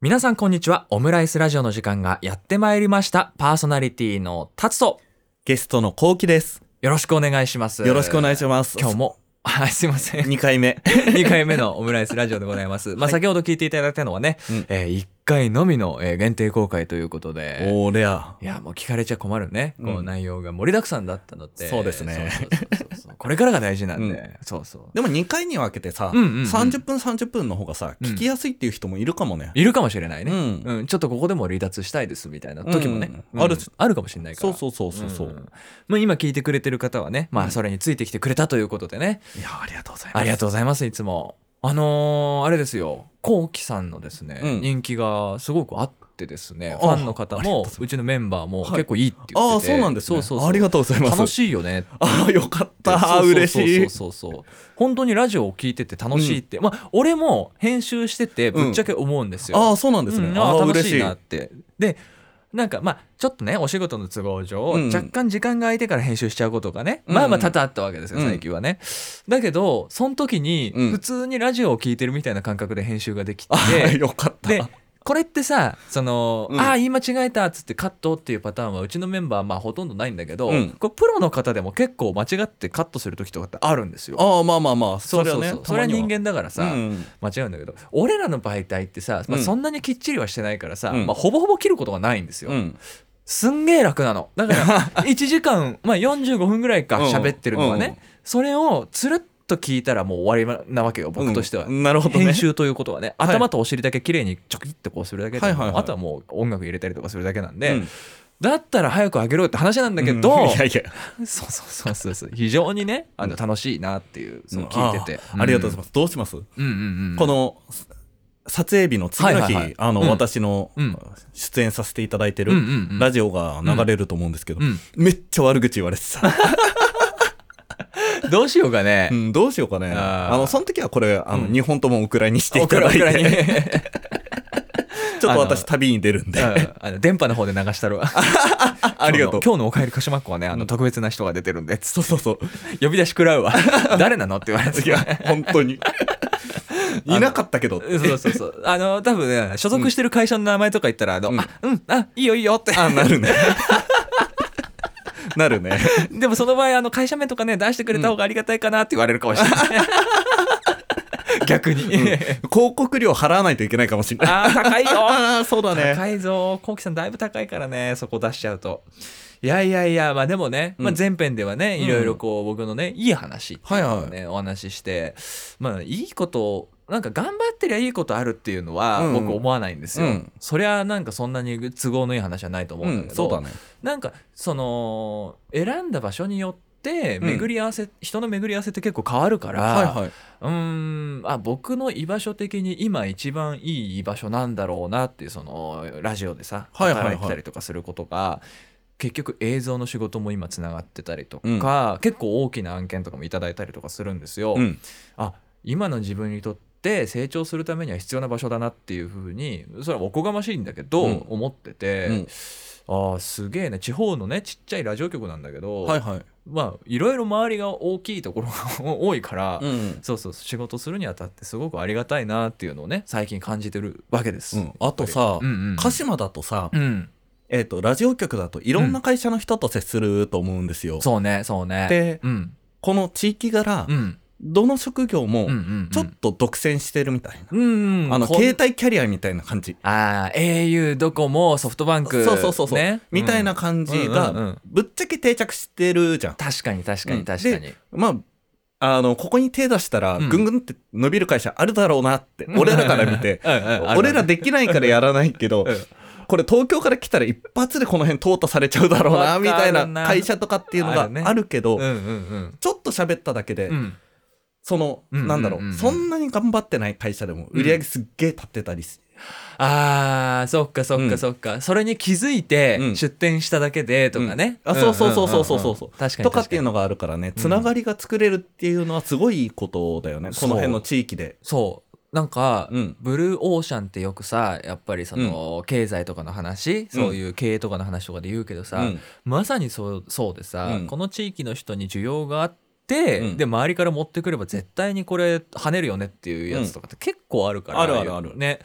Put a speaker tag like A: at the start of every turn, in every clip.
A: 皆さんこんにちは。オムライスラジオの時間がやってまいりました。パーソナリティのタツと
B: ゲストのこうきです。
A: よろしくお願いします。
B: よろしくお願いし
A: ま
B: ます。
A: 今日も、 はい、すいません。
B: 2 回目。
A: 2回目のオムライスラジオでございます。まあ、先ほど聞いていただいたのはね、
B: うん
A: え1回のみの、えー限定公開ということで、
B: おー、レア。
A: いや、もう聞かれちゃ困るね。こ
B: う
A: うん内容が盛りだくさんだったのって。
B: そうですね
A: そうそうそうそう。これからが大事なんで、
B: うん
A: そうそう。
B: でも2回に分けてさ、
A: うんうんうん
B: 30分30分の方がさ、
A: うん
B: 聞きやすいっていう人もいるかもね。
A: いるかもしれないね、
B: う
A: うん
B: ん
A: ちょっとここでも離脱したいですみたいな時もね、
B: うん
A: うん
B: ある
A: あるかもしれないから
B: そうそうそうそうそう。
A: んまあ、今聞いてくれてる方はね、まあ、それについてきてくれたということでね、
B: いや、ありがとうござい
A: ありがとうございますいつもあのーあれですよこうきさんのですね、
B: うん
A: 人気がすごくあってですね
B: あ
A: ファンの方
B: ありがとうござい
A: も
B: ます
A: うちのメンバーも
B: はい
A: 結構いいって言
B: ああ
A: っ
B: ー、
A: てて、
B: そうなんです
A: そう
B: ね。
A: そうそう
B: ありがとうございます。
A: 楽しいよねって
B: ああ、よかった。
A: そうそうそう
B: 嬉しい。
A: そうそうそう本当にラジオを聞いてて楽しいって、まあ俺も編集しててぶっちゃけ思うんですよ、
B: ああ、そうなんですね。
A: うん
B: あ
A: あ
B: あ、
A: ー楽
B: 嬉
A: しい
B: しい。
A: なってでなんかまあちょっとねお仕事の都合上、
B: うん
A: 若干時間が空いてから編集しちゃうことがね、
B: うん
A: まあまあ多々あったわけですよ
B: うん
A: 最近はね、だけどその時に
B: うん
A: 普通にラジオを聞いてるみたいな感覚で編集ができて
B: あ、あ、 よかった。
A: でこれってさその、
B: うん
A: ああ言い間違えたっつってカットっていうパターンはうちのメンバーまあほとんどないんだけど、
B: うん
A: これプロの方でも結構間違ってカットする時とかってあるんですよ。
B: ああ、まあまあまあ、
A: そ
B: そうれ
A: そ
B: は
A: うそう
B: ね、
A: それは人
B: た
A: 間だからさ、
B: まにはうん
A: 間違うんだけど俺らの媒体ってさ、まあ、
B: うん
A: そんなにきっちりはしてないからさ、
B: うん
A: まあ、ほぼほぼ切ることがないんですよ、
B: うん。
A: すんげえ楽なのだから 1時間、まあ、45分ぐらいか
B: うん
A: 喋ってるのはね、
B: うん
A: それをつるっと聞いたらもう終わりなわけよ僕としては、
B: うんなるほどね。
A: 編集ということはね
B: はい
A: 頭とお尻だけ綺麗にちょきっとこうするだけで、
B: はいはいはい
A: あとはもう音楽入れたりとかするだけなんで、
B: うん
A: だったら早く上げろよって話なんだけど、
B: うんいやいや、
A: そうそうそうそうそう非常にねあの楽しいなっていうその聞いてて、
B: あーありがとうござい
A: ま
B: ます。どうします
A: す、うんうんうん、
B: このす撮影日の次の
A: はい
B: 日、
A: はいはい
B: あの、
A: うん
B: 私の
A: うん
B: 出演させていただいて
A: うんう
B: る
A: んうん
B: ラジオが流れると思うんですけど、
A: うん
B: めっちゃ悪口言われてた。
A: どうしようかね
B: う。ん、どうしようかね。
A: あー
B: あの、その時はこれ、あの、
A: うん
B: 2本ともお蔵にしていただい
A: お蔵に
B: て、ちょっと
A: あ
B: 私
A: の
B: 旅に出るんで。
A: うんあの電波の方で流した るわ。
B: ありがとう。
A: 今日の今日のおかえりかしまっこはね、あ
B: う
A: の
B: ん
A: 特別な人が出てるんで、つ
B: そうそうそう。
A: 呼び出し食らうわ。 誰なのって言われた
B: い
A: 時
B: や
A: は。、
B: 本当 に。いなかったけどって。
A: そうそうそう。あの、多分ね、所属してる会社の名前とか言ったら、あの、
B: うん
A: あ、うん、あ、いいよいいよって。
B: あ、なるね。なるね。
A: でもその場合、あの、会社名とかね、出してくれた方がありがたいかなって言われるかもしれない。 逆に。
B: 広告料払わないといけないかもしれない。
A: あー、高いよ
B: ああ、 そうだね。
A: 高いぞこうきさんだいぶ高いからねそこ出しちゃうといやいやいやまあでもね、まあ、
B: うん
A: 前編ではね、
B: うん
A: いろいろこう僕のねいい話っていうのをね、
B: は
A: お話ししてまあいいことなんか頑張ってりゃいいことあるっていうのは
B: うん
A: 僕思わないんですよ、
B: うん
A: そりゃなんかそんなに都合のいい話はないと思
B: う
A: うんだ
B: ん、
A: けど、
B: そうだね。
A: なんかその選んだ場所によって
B: うん
A: 巡り合わせ、人の巡り合わせって結構変わるから、
B: はいはい。
A: うーんあ僕の居場所的に今一番いい居場所なんだろうなっていうそのラジオでさ
B: はいはいはい
A: 働いてたりとかすることが結局映像の仕事も今つながってたりとか、結構大きな案件とかもいただいたりとかするんですよ。
B: うん。
A: あ今の自分にとって成長するためには必要な場所だなっていうふうにそれはおこがましいんだけど、
B: うん
A: 思ってて、
B: うん
A: あーすげえね地方のねちっちゃいラジオ局なんだけど、
B: はいはい。
A: まあいろいろ周りが大きいところが 多いから。
B: うん。
A: そうそう仕事するにあたってすごくありがたいなっていうのをね最近感じてるわけです、
B: うんあとさ
A: うんうんうん
B: 鹿島だとさ
A: う、ん
B: えっと、ラジオ局だといろんな会社の人と接すると思うんですよ。
A: そうねそうね
B: で、
A: うん
B: この地域柄
A: う、ん
B: どの職業
A: う
B: も
A: んうん
B: ちょっと独占してるみたいな。
A: うんうんうん
B: あの、
A: こん
B: 携帯キャリアみたいな感じ。
A: ああ au ドコモソフトバンク
B: そうそうそうそう
A: ね
B: みたいな
A: うん
B: 感じ
A: うんうんうん
B: が、ぶっちゃけ定着してるじゃん。
A: 確かに確か
B: う
A: に
B: ん
A: 確かに、
B: まあ、あの、ここに手出したら、
A: うん。
B: ぐんぐんって伸びる会社あるだろうなって、俺らから見て
A: うんうんある
B: 俺らできないからやらないけど
A: うん、
B: これ東京から来たら一発でこの辺淘汰されちゃうだろう
A: わか
B: な、
A: る
B: み
A: な
B: たいな会社とかっていうの
A: あ
B: が
A: るね
B: あるけど、
A: うんうんうん
B: ちょっと喋っただけで、
A: うん
B: その、
A: うん
B: なんだろ
A: うんうん
B: う、そんなに頑張ってない会社でも売り上げすっげえ立ってたりし、
A: あーそっかそっ
B: う
A: か
B: ん
A: そっか、それに気づいて
B: うん
A: 出店しただけでとかね、
B: うんあそうそうそうそうそうそうそ
A: んんんん確かに確かに
B: とかっていうのがあるからね、つながりが作れるっていうのはすごいいいことだよね、
A: うん
B: この辺の地域で。
A: そうなんか、
B: うん
A: ブルーオーシャンってよくさやっぱりその、経済とかの話そういう経営とかの話とかで言うけどさ、
B: うん
A: まさにそうそうでさ、
B: うん
A: この地域の人に需要があって、
B: うん
A: で周りから持ってくれば絶対にこれ跳ねるよねっていうやつとかって結構あるから、
B: あるあるある
A: ね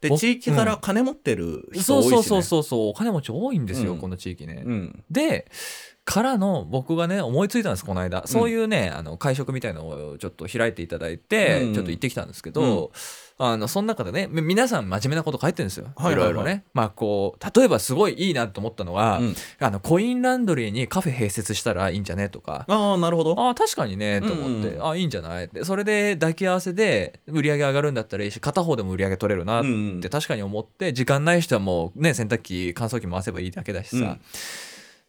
B: で
A: 僕
B: 地域から金持ってる人
A: そ
B: 多
A: う
B: いし、ね
A: そうそうそうそうお金持ち多いんですよ、
B: うん
A: この地域ね、
B: ん、
A: でからの僕がね思いついたんですこの間そういうね、あの会食みたいなのをちょっと開いていただいて、
B: うん
A: ちょっと行ってきたんですけど、あのその中でねみ皆さん真面目なこと書いてるんですよ、
B: はい
A: い
B: はいはい
A: ろいろねまあこう例えばすごいいいなと思ったのは、
B: うん
A: あのコインランドリーにカフェ併設したらいいんじゃねとか
B: ああなるほど
A: ああ確かにねと思って、
B: うんうん
A: ああいいんじゃないでそれで抱き合わせで売り上げ上がるんだったらいいし片方でも売り上げ取れるなっ
B: うんうん
A: て確かに思って時間ない人はもうね洗濯機乾燥機回せばいいだけだしさ、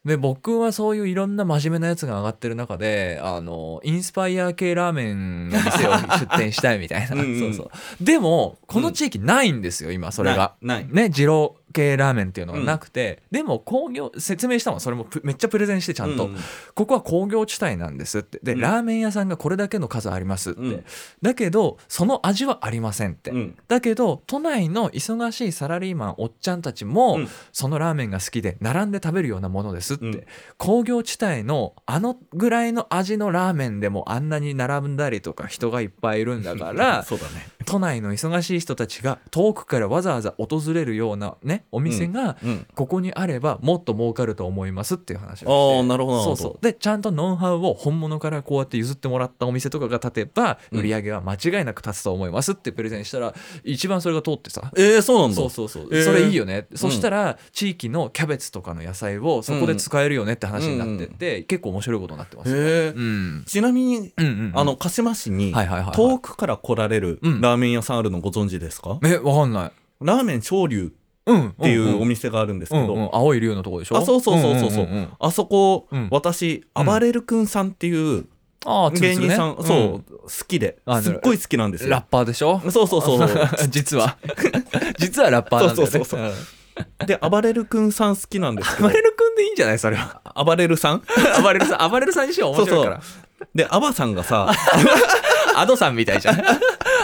A: で僕はそういういろんな真面目なやつが上がってる中であのインスパイア系ラーメンの店を出店したいみたいな
B: うんうん
A: そうそうでもこの地域ないんですよ今それが。
B: ないない
A: ね、二郎系ラーメンっていうのがなくて、でも工業説明したもんそれもプめっちゃプレゼンしてちゃんと、
B: うん
A: ここは工業地帯なんですってで、
B: うん
A: ラーメン屋さんがこれだけの数ありますって、
B: うん
A: だけどその味はありませんって、
B: うん
A: だけど都内の忙しいサラリーマンおっちゃんたちも、
B: うん
A: そのラーメンが好きで並んで食べるようなものですって、
B: うん
A: 工業地帯のあのぐらいの味のラーメンでもあんなに並んだりとか人がいっぱいいるんだから
B: そうだね
A: 都内の忙しい人たちが遠くからわざわざ訪れるようなねお店が、
B: うん
A: ここにあればもっと儲かると思いますっていう話をして
B: ああなるほどな
A: そ
B: るほど
A: うそうでちゃんとノウハウを本物からこうやって譲ってもらったお店とかが立てば
B: うん
A: 売り上げは間違いなく立つと思いますってプレゼンしたら一番それが通ってさ
B: えー、そうなんだ
A: そうそうそう、
B: えー
A: それいいよねそしたら地域のキャベツとかの野菜をそこで使えるよねって話になってって、結構面白いことになってますよ、
B: へえ
A: うん、うん
B: ちなみに
A: うんうん
B: あの鹿島市に
A: はいはいはい、はい、
B: 遠くから来られる
A: うん
B: ラーメン屋さんあるのご存知ですか、
A: えわかんない
B: ラーメン潮流
A: うんっ
B: っていうお
A: ん
B: 店があるんですけ
A: う
B: ど、
A: んうん青い竜のとこでしょ
B: あそうそうそうそうそうん
A: んんん
B: あそこ、
A: うん
B: 私
A: うん
B: 暴れる君さんっていう
A: ああつぶ
B: 芸
A: つぶ
B: 人
A: ね
B: さん、そう、好きで
A: あ
B: すっごい好きなんで
A: う
B: す
A: んラッ
B: よ
A: パーでしょ
B: そうそうそうそう
A: 実は実はラッパーなんだよね
B: そうそうそうそうんで暴れる君さん好きなんです け
A: 暴
B: ど
A: れる君でいいんじゃないそれは
B: 暴れるさん
A: 暴れるさん暴れるさんにしよう面白いから
B: でアバさん がさ
A: アドさんみたいじゃん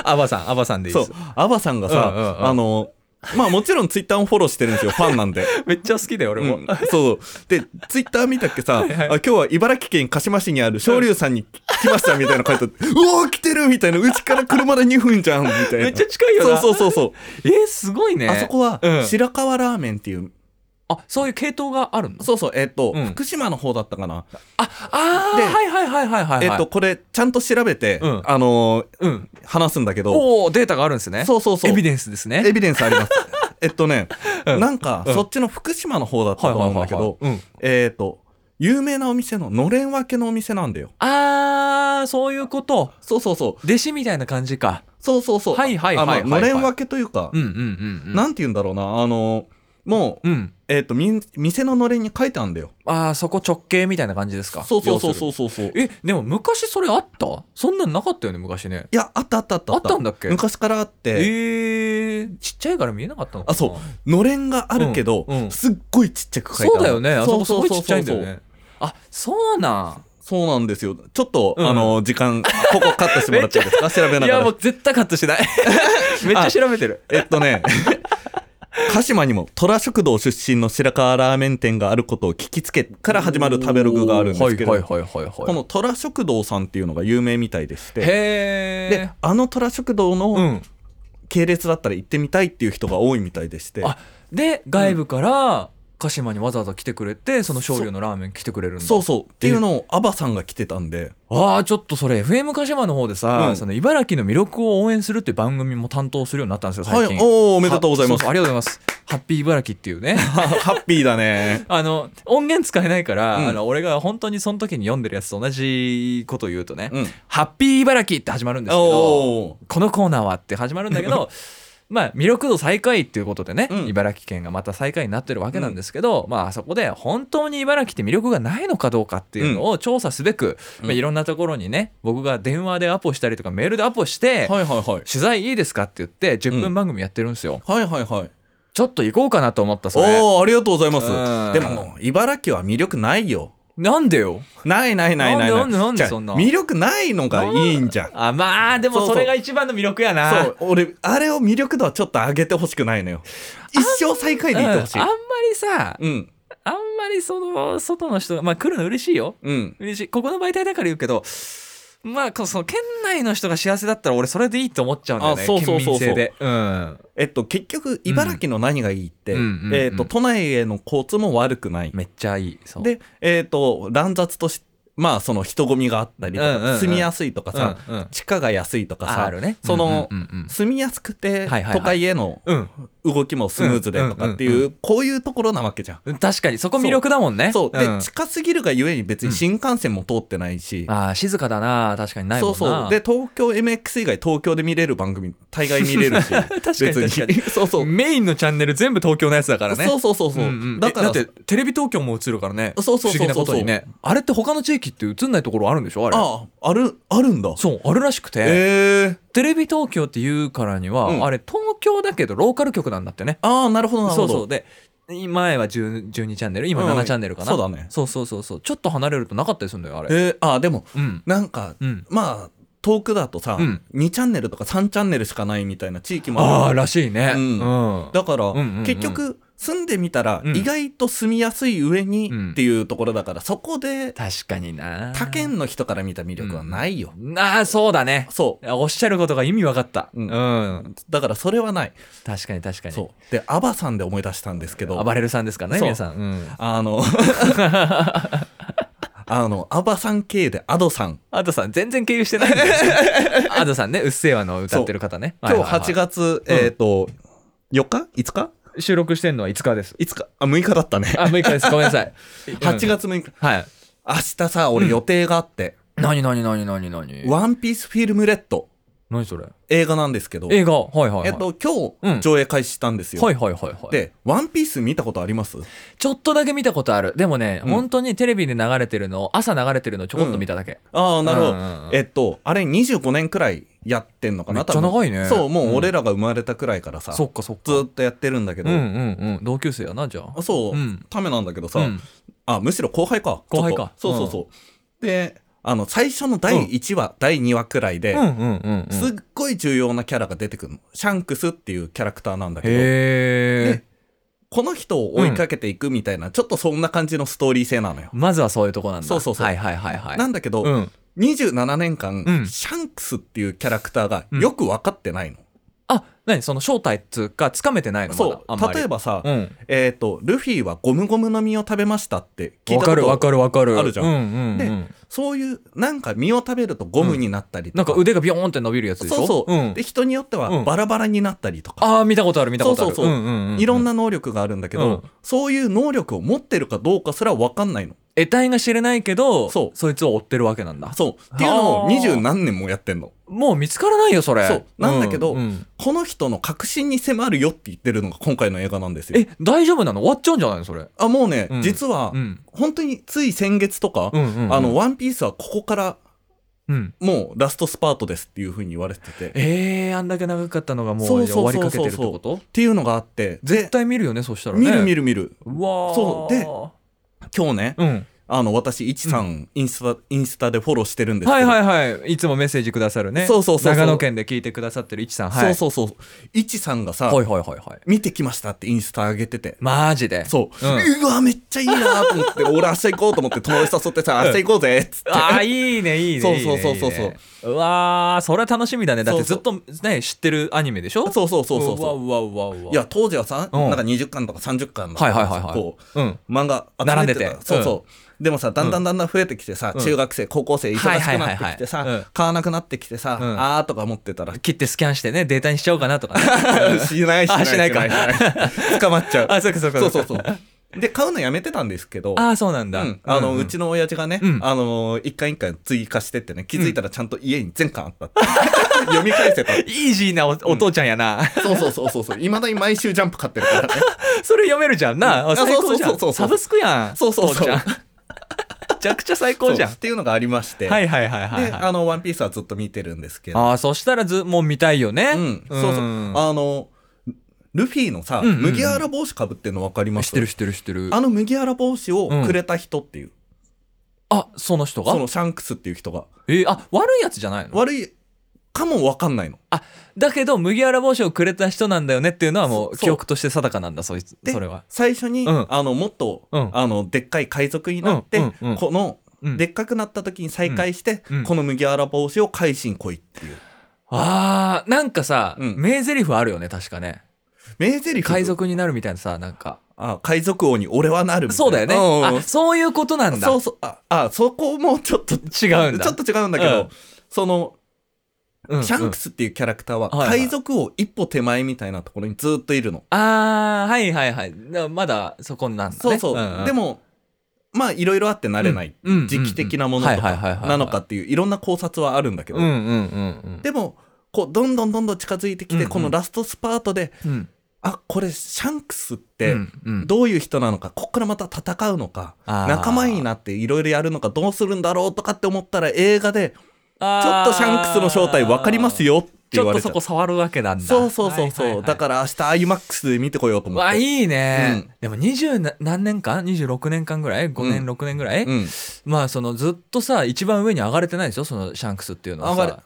A: アバさんアバさんでいい
B: そ
A: で
B: う
A: す
B: アバさんがさ、
A: うんうんうん
B: あのまあもちろんツイッターもフォローしてるんですよファンなんで
A: めっちゃ好きだよ俺も、
B: うんそうでツイッター見たっけさ、
A: いはい
B: あ今日は茨城県鹿島市にある昇龍さんに来ましたみたいなの 書いてあって、うおー来てるみたいなうちから車で2分じゃんみたいな
A: めっちゃ近いよな
B: そうそうそうそう、
A: えーすごいね
B: あそこは
A: うん
B: 白川ラーメンっていう、
A: あそういう系統があるの
B: そうそうえっ、と、
A: うん
B: 福島の方だったかな、
A: ああ
B: で
A: はいはいはいはいはいはい
B: えっ、とこれちゃんと調べて、
A: うん
B: あのー
A: うん
B: 話すんだけど
A: おおデータがあるんですね
B: そうそうそう
A: エビデンスですね
B: エビデンスあります えっとね、
A: うん
B: なんか、
A: うん
B: そっちの福島の方だった
A: は
B: と
A: いはい
B: 思うん
A: は
B: だ
A: い
B: け
A: はい
B: ど、
A: うん
B: えっ、と有名なお店ののれん分けのお店なんだよ
A: あーそういうこと
B: そうそうそう
A: 弟子みたいな感じか
B: そうそうそう。
A: はいはいはいはいはい
B: あののれん分けというか
A: う、んうんうんうん
B: なんて言うんだろうな、あの、もう、
A: うん
B: えっ、と、みん、店ののれんに書いてあるんだよ。
A: ああそこ直径みたいな感じですか
B: そうそうそう
A: う
B: そうそうそう。い
A: えでも昔それあったそんなんなかったよね昔ね
B: や、あったあったあった
A: あったんだっけ
B: 昔からあって、
A: えー、ちっちゃいから見えなかったのかな
B: あそうのれんがあるけど、
A: うんうん
B: すっごいちっちゃく書いてある。
A: そうだよねあそこすごいちっちゃいんだよ
B: そうそうそうそう。
A: ねあそうな
B: そうなんですよ。ちょっと、
A: うん
B: あの、時間、ここカットしてもらってい いですか調べ
A: ん
B: ないが
A: やも
B: ら。
A: う絶対カットしない めっちゃ調べてる
B: えっとね、鹿島にも虎食堂出身の白川ラーメン店があることを聞きつけから始まる食べログがあるんですけど、
A: はいはいはいはいはい
B: この虎食堂さんっていうのが有名みたいでして
A: へ
B: で
A: え
B: あの虎食堂
A: う
B: の
A: ん
B: 系列だったら行ってみたいっていう人が多いみたいでして、
A: あで外部から鹿島にわざわざ来てくれてその少量のラーメン来てくれるんだ
B: そうそうっていうのをアバさんが来てたんで
A: ああちょっとそれ FM 鹿島の方でさ、
B: うん
A: その茨城の魅力を応援するっていう番組も担当するようになったんですよ
B: は
A: 最
B: い
A: 近、
B: おーおめでとうございます
A: はそそありがとうございますハッピー茨城っていうね
B: ハッピーだね
A: あの音源使えないから、
B: うん
A: あの俺が本当にその時に読んでるやつと同じことを言うとね「
B: うん
A: ハッピー茨城」って始まるんですけど
B: おお
A: このコーナーはって始まるんだけどまあ魅力度最下位っていうことでね、
B: うん
A: 茨城県がまた最下位になってるわけなんですけど、まああそこで本当に茨城って魅力がないのかどうかっていうのを調査すべく、
B: うん
A: まあ、いろんなところにね僕が電話でアポしたりとかメールでアポして、
B: はいはいはい
A: 取材いいですかって言って10
B: うん
A: 分番組やってるんですよ、
B: はいはいはい
A: ちょっと行こうかなと思ったそれ
B: おおありがとうございます
A: うん
B: でも茨城は魅力ないよ
A: なんでよ
B: ないないないない
A: なんでなんでなんで
B: じゃあ
A: そんな
B: 魅力ないのがいいんじゃん
A: あまあで
B: そう
A: も
B: そう
A: それが一番の魅力やな
B: そう俺あれを魅力度はちょっと上げてほしくないのよ一生最下位でいってほし
A: うん
B: い
A: あんまりさ
B: うん
A: あんまりその外の人がまあ来るの嬉しいよ
B: うん
A: 嬉しいここの媒体だから言うけどまあこうその県内の人が幸せだったら俺それでいいと思っちゃうんだよね
B: あそうそうそうそう
A: 県民性で、うん、
B: えっと、結局、茨城の何がいいって、
A: うんうんうん
B: えっと、都内への交通も悪くない。
A: めっちゃいいそう
B: で、えっと、乱雑とし、まあ、その人混みがあったりとか、
A: うんうんうん
B: 住みやすいとかさ、
A: うんうん
B: 地価が安いとか
A: あ
B: さ、
A: あるね
B: その、
A: うんうん
B: 住みやすく
A: は
B: て、
A: いはいはい
B: 都会への
A: うん、
B: 動きもスムーズでとかっていう、
A: うんうん
B: こういうところなわけじゃん。
A: うん確かにそこ魅力だもんね
B: そう。で、
A: ん
B: 近すぎるがゆえに別に新幹線も通ってないし、
A: あー静かだな確かにないもん
B: そ
A: な
B: うそう。で、東京 MX 以外東京で見れる番組、大概見れるし、
A: 確かに確かに
B: そうそう。
A: メインのチャンネル全部東京のやつだからね
B: そうそうそうそう。
A: んん
B: だから、
A: えだってテレビ東京も映るからね
B: そうそうそうそう
A: 不思議なことにねあれって他の地域って映んないところあるんでしょあれ
B: ああ、ある、あるんだ。
A: そうあるらしくて、
B: ええー。
A: テレビ東京っていうからには、
B: うん
A: あれ東京だけどローカル局なんだってね
B: ああ、なるほど、なる
A: そ
B: ほ
A: う
B: ど。
A: そうで前は10 12チャンネル今
B: うん
A: 7チャンネルかな、
B: そうだね
A: そうそうそうそうちょっと離れるとなかったりするんだよあれ
B: えー、ああ、でも、
A: うん
B: なんか、
A: うん
B: まあ、遠くだとさ、
A: うん
B: 2チャンネルとか3チャンネルしかないみたいな地域も
A: あ
B: あ
A: あ
B: る。
A: らしいね
B: うん
A: うん
B: だから、
A: んうんうん
B: 結局、住んでみたら、
A: うん
B: 意外と住みやすい上に
A: うん
B: っていうところだから、そこで、
A: 確かにな
B: 他県の人から見た魅力はないよ。
A: ああそうだね
B: そう。
A: おっしゃることが意味わかった
B: う
A: うんん、
B: だから、それはない。
A: 確かに確かに
B: そう。で、アバさんで思い出したんですけど、
A: 暴れるさんですからね
B: そう
A: 皆さん、うん、
B: あ の、あの、アバさん系でアドさん。
A: アドさん全然経由してないんだよ アドさんね「うっせぇわ」の歌ってる方ね
B: 今日8
A: 月
B: 月、えっ、と、4日 ?5 日
A: 収録してんのは5日です
B: ?5 日あ、6日だったね。
A: あ6日ですごめんなさい
B: 8月6日。
A: はい
B: 明日さ、俺予定があって、
A: 何何何何何
B: ワンピースフィルムレッド、
A: 何それ
B: 映画なんですけど、
A: 映画はいはいはい、
B: えっと、今
A: うん
B: 日、上映開始したんですよ。
A: はいはいはいはい
B: で、ワンピース見たことあります
A: ちょっとだけ見たことあるでもね、
B: うん
A: 本当にテレビで流れてるのを朝流れてるのをちょこっと見ただけ、
B: ああ、なるほど。
A: うんうんうん
B: えっと、あれ25年くらいやってんのかな
A: めっちゃ長いね
B: 多分そう、もううん俺らが生まれたくらいからさ、
A: そっかそっか
B: ずーっとやってるんだけ
A: う
B: ど、
A: んうんうん同級生やなじゃあ
B: あそう、
A: うん
B: ためなんだけどさ、
A: うん
B: あ、むしろ後輩か。
A: 後輩か
B: ちょっとそうそうそう。で、あの、最初の第1話、第2話くらいで、
A: うんうんうんうん
B: すっごい重要なキャラが出てくるの。シャンクスっていうキャラクターなんだけど、
A: へえ
B: でこの人を追いかけていくみたいな、ちょっとそんな感じのストーリー性なのよ。
A: まずはそういうとこなんだ
B: そうそうそう
A: はいはいはいはい
B: なんだけど、
A: うん、
B: 27年間、
A: うん
B: シャンクスっていうキャラクターが
A: うん
B: よく分かってないの。
A: あ何その正体っつうかつかめてないのまだ
B: そ
A: あんま
B: う。
A: り
B: 例えばさ、
A: うん、
B: えっ、と、ルフィはゴムゴムの実を食べましたって聞い
A: わ
B: た
A: か
B: こ
A: る
B: と
A: わかるわかる
B: あるじゃん
A: うんうん、うん
B: でそういう、なんか実を食べるとゴムになったりと
A: なん
B: か。
A: か腕がビヨーンって伸びるやつでし
B: そ
A: ょ
B: うそう、
A: うん
B: で、人によって
A: う
B: は
A: ん
B: バラバラになったりとか。
A: ああ見たことある見たことある
B: そうそうそう
A: ん
B: ん
A: うんうん
B: いろんな能力があるんだけど、
A: うん
B: そういう能力を持ってるかどうかすら分かんないの。
A: 得体が知れないけど
B: そう
A: いつを追ってるわけなんだ
B: そう。っていうの
A: あ
B: を
A: ー
B: 二十何年もやってんの。
A: もう見つからないよそれ
B: そうなんだけど
A: ううん
B: この人の確信に迫るよって言ってるのが今回の映画なんですよ。
A: え大丈夫なの終わっちゃうんじゃないのそれ
B: あ、もうね、
A: うん
B: 実は、
A: ん
B: 本当につい先月とか、
A: うんうん
B: あの、ワンピースはここから
A: うん
B: もうラストスパートですっていう風に言われてて、っ
A: えー、あんだけ長かったのがもう
B: そうそうそうそう
A: 終わりかけてるってこと
B: ていうのがあって、
A: 絶
B: で、
A: 対見るよねそしたらね
B: 見る見
A: る
B: る見る。
A: うわー
B: そうで今日ね、
A: うん
B: あの、私、いちさん、インスタ、インスタでフォローしてるんです
A: は
B: け
A: い
B: ど、
A: はいはい。いつもメッセージくださるね。
B: そうそうそうそう
A: 長野県で聞いてくださってるいちさん。はい。
B: そうそうそう。いちさんがさ、
A: はいはいはいはい。
B: 見てきましたってインスタ上げてて、
A: マジで。
B: そう、う
A: う
B: わ、めっちゃいいなと思って、俺明日行こうと思って友達誘ってさ、明日行こうぜっつって。
A: ああ、いいね、いいね。
B: そう
A: いいね
B: そうそうそうそう
A: いいねうわー、それは楽しみだね。だってず
B: そ
A: っ
B: う
A: とね、知ってるアニメでしょ
B: そうそうそうそうそう。
A: うわうわうわうわ。
B: いや、当時はさ、
A: うん
B: なんか20巻とか30巻とか
A: はいはいはいはい。
B: こう、
A: うん。
B: 漫画集め
A: 並んでて
B: そうそう、でもさだんだんだんだん増えてきてさ、
A: うん
B: 中学生高校生忙しくなって
A: はいはいはいは
B: きて
A: い
B: さ、
A: うん
B: 買わなくなってきてさ、
A: うん
B: あーとか思っ てたらし
A: 切ってスキャンしてね、データにしちゃおうかなとかね。
B: ないしない
A: あしないか
B: しない 捕まっちゃう
A: あ、そうかそうか。
B: そうそうそうで買うのやめてたんですけど
A: ああ、そうなん
B: う
A: だ。
B: んあの、うんちの親父がね、
A: うん
B: あの一巻一巻追加してってね気づいたらちゃんと家に全巻あったって、 読み返せた
A: イージーなおお父ちゃんやな。
B: そうそうそうそうそういまだに毎週ジャンプ買ってるからね
A: それ読めるじゃんな。
B: うんあ
A: あ最高じゃ。
B: そうそうそうそうん
A: サブスクやん。
B: そうそうそう
A: 父ちゃんめちゃくちゃ最高じゃん
B: そうっ。ていうのがありまして、
A: はいはいはいはい、
B: で
A: はい。
B: あの「ワンピースはずっと見てるんですけど
A: ああ、そしたらず、もう見たいよね。
B: うん、そうそう。
A: あ
B: あの、ルフィのさ、
A: うんうんうん
B: 麦わら帽子かぶってるの分かりま
A: 知
B: す
A: ってる知ってる知ってる。
B: あ
A: あ、
B: の麦わら帽子をくれた人っていう、
A: その人が
B: そのシャンクスっていう人が、
A: えーあ、悪いやつじゃないの
B: 悪いかも分かんないの。
A: だけど、麦わら帽子をくれた人なんだよねっていうのはも
B: そう
A: う
B: そう
A: 記憶として定かなんだ、そいつ。
B: で
A: それは。
B: 最初に、
A: うん
B: あの、もっと、
A: うん
B: あの、でっかい海賊になって、
A: うんうんうん
B: この
A: うん
B: でっかくなった時に再会して、
A: うんうん
B: この麦わら帽子を返しに来いっていう。
A: あーなんかさ、
B: うん
A: 名台詞あるよね確かね
B: 名台詞
A: 海賊になるみたいなさなんか
B: あ海賊王に俺はなるみたいな。
A: そうだよね、
B: んうん
A: あそういうことなんだ
B: そうそう。あ、あそこもちょっと、
A: 違うんだ
B: ちょっと違うんだけど、
A: うん
B: その、
A: うんうん
B: シャンクスっていうキャラクターは、
A: はいはい
B: 海賊王一歩手前みたいなところにずっといるの。
A: あーはいはいはいなまだそこなんだ、ね、
B: そうそう。
A: んん
B: でも、まあ、いろいろあってなれない。
A: うん
B: 時期的なものと
A: はいはいはい
B: か
A: はいはい
B: なのかっていう、いろんな考察はあるんだけど
A: う、んうんうん
B: でも、こう、どんどんどんどん近づいてき
A: うん
B: て、
A: うん
B: このラストスパートで、
A: うんうん
B: あ、これ、シャンクスっ
A: う
B: て、
A: んうん
B: どういう人なのか、ここからまた戦うのか、
A: あー
B: 仲間になっていろいろやるのか、どうするんだろうとかって思ったら、映画で、ちょっとシャンクスの正体分かりますよって
A: ち
B: 言
A: ょ
B: わ
A: っと
B: れちゃ
A: そうこ触るわけなんだ
B: そうそうそうそう、
A: はいはいはい
B: だから明日 IMAX で見てこようと思
A: わ
B: っ
A: あ
B: て。
A: いいね、
B: うん
A: でも20な何年間26年間ぐらい5年、
B: うん
A: 6年ぐらい、
B: うん、
A: まあそのずっとさ一番上に上がれてないでしょそのシャンクスっていうのはさ
B: 上が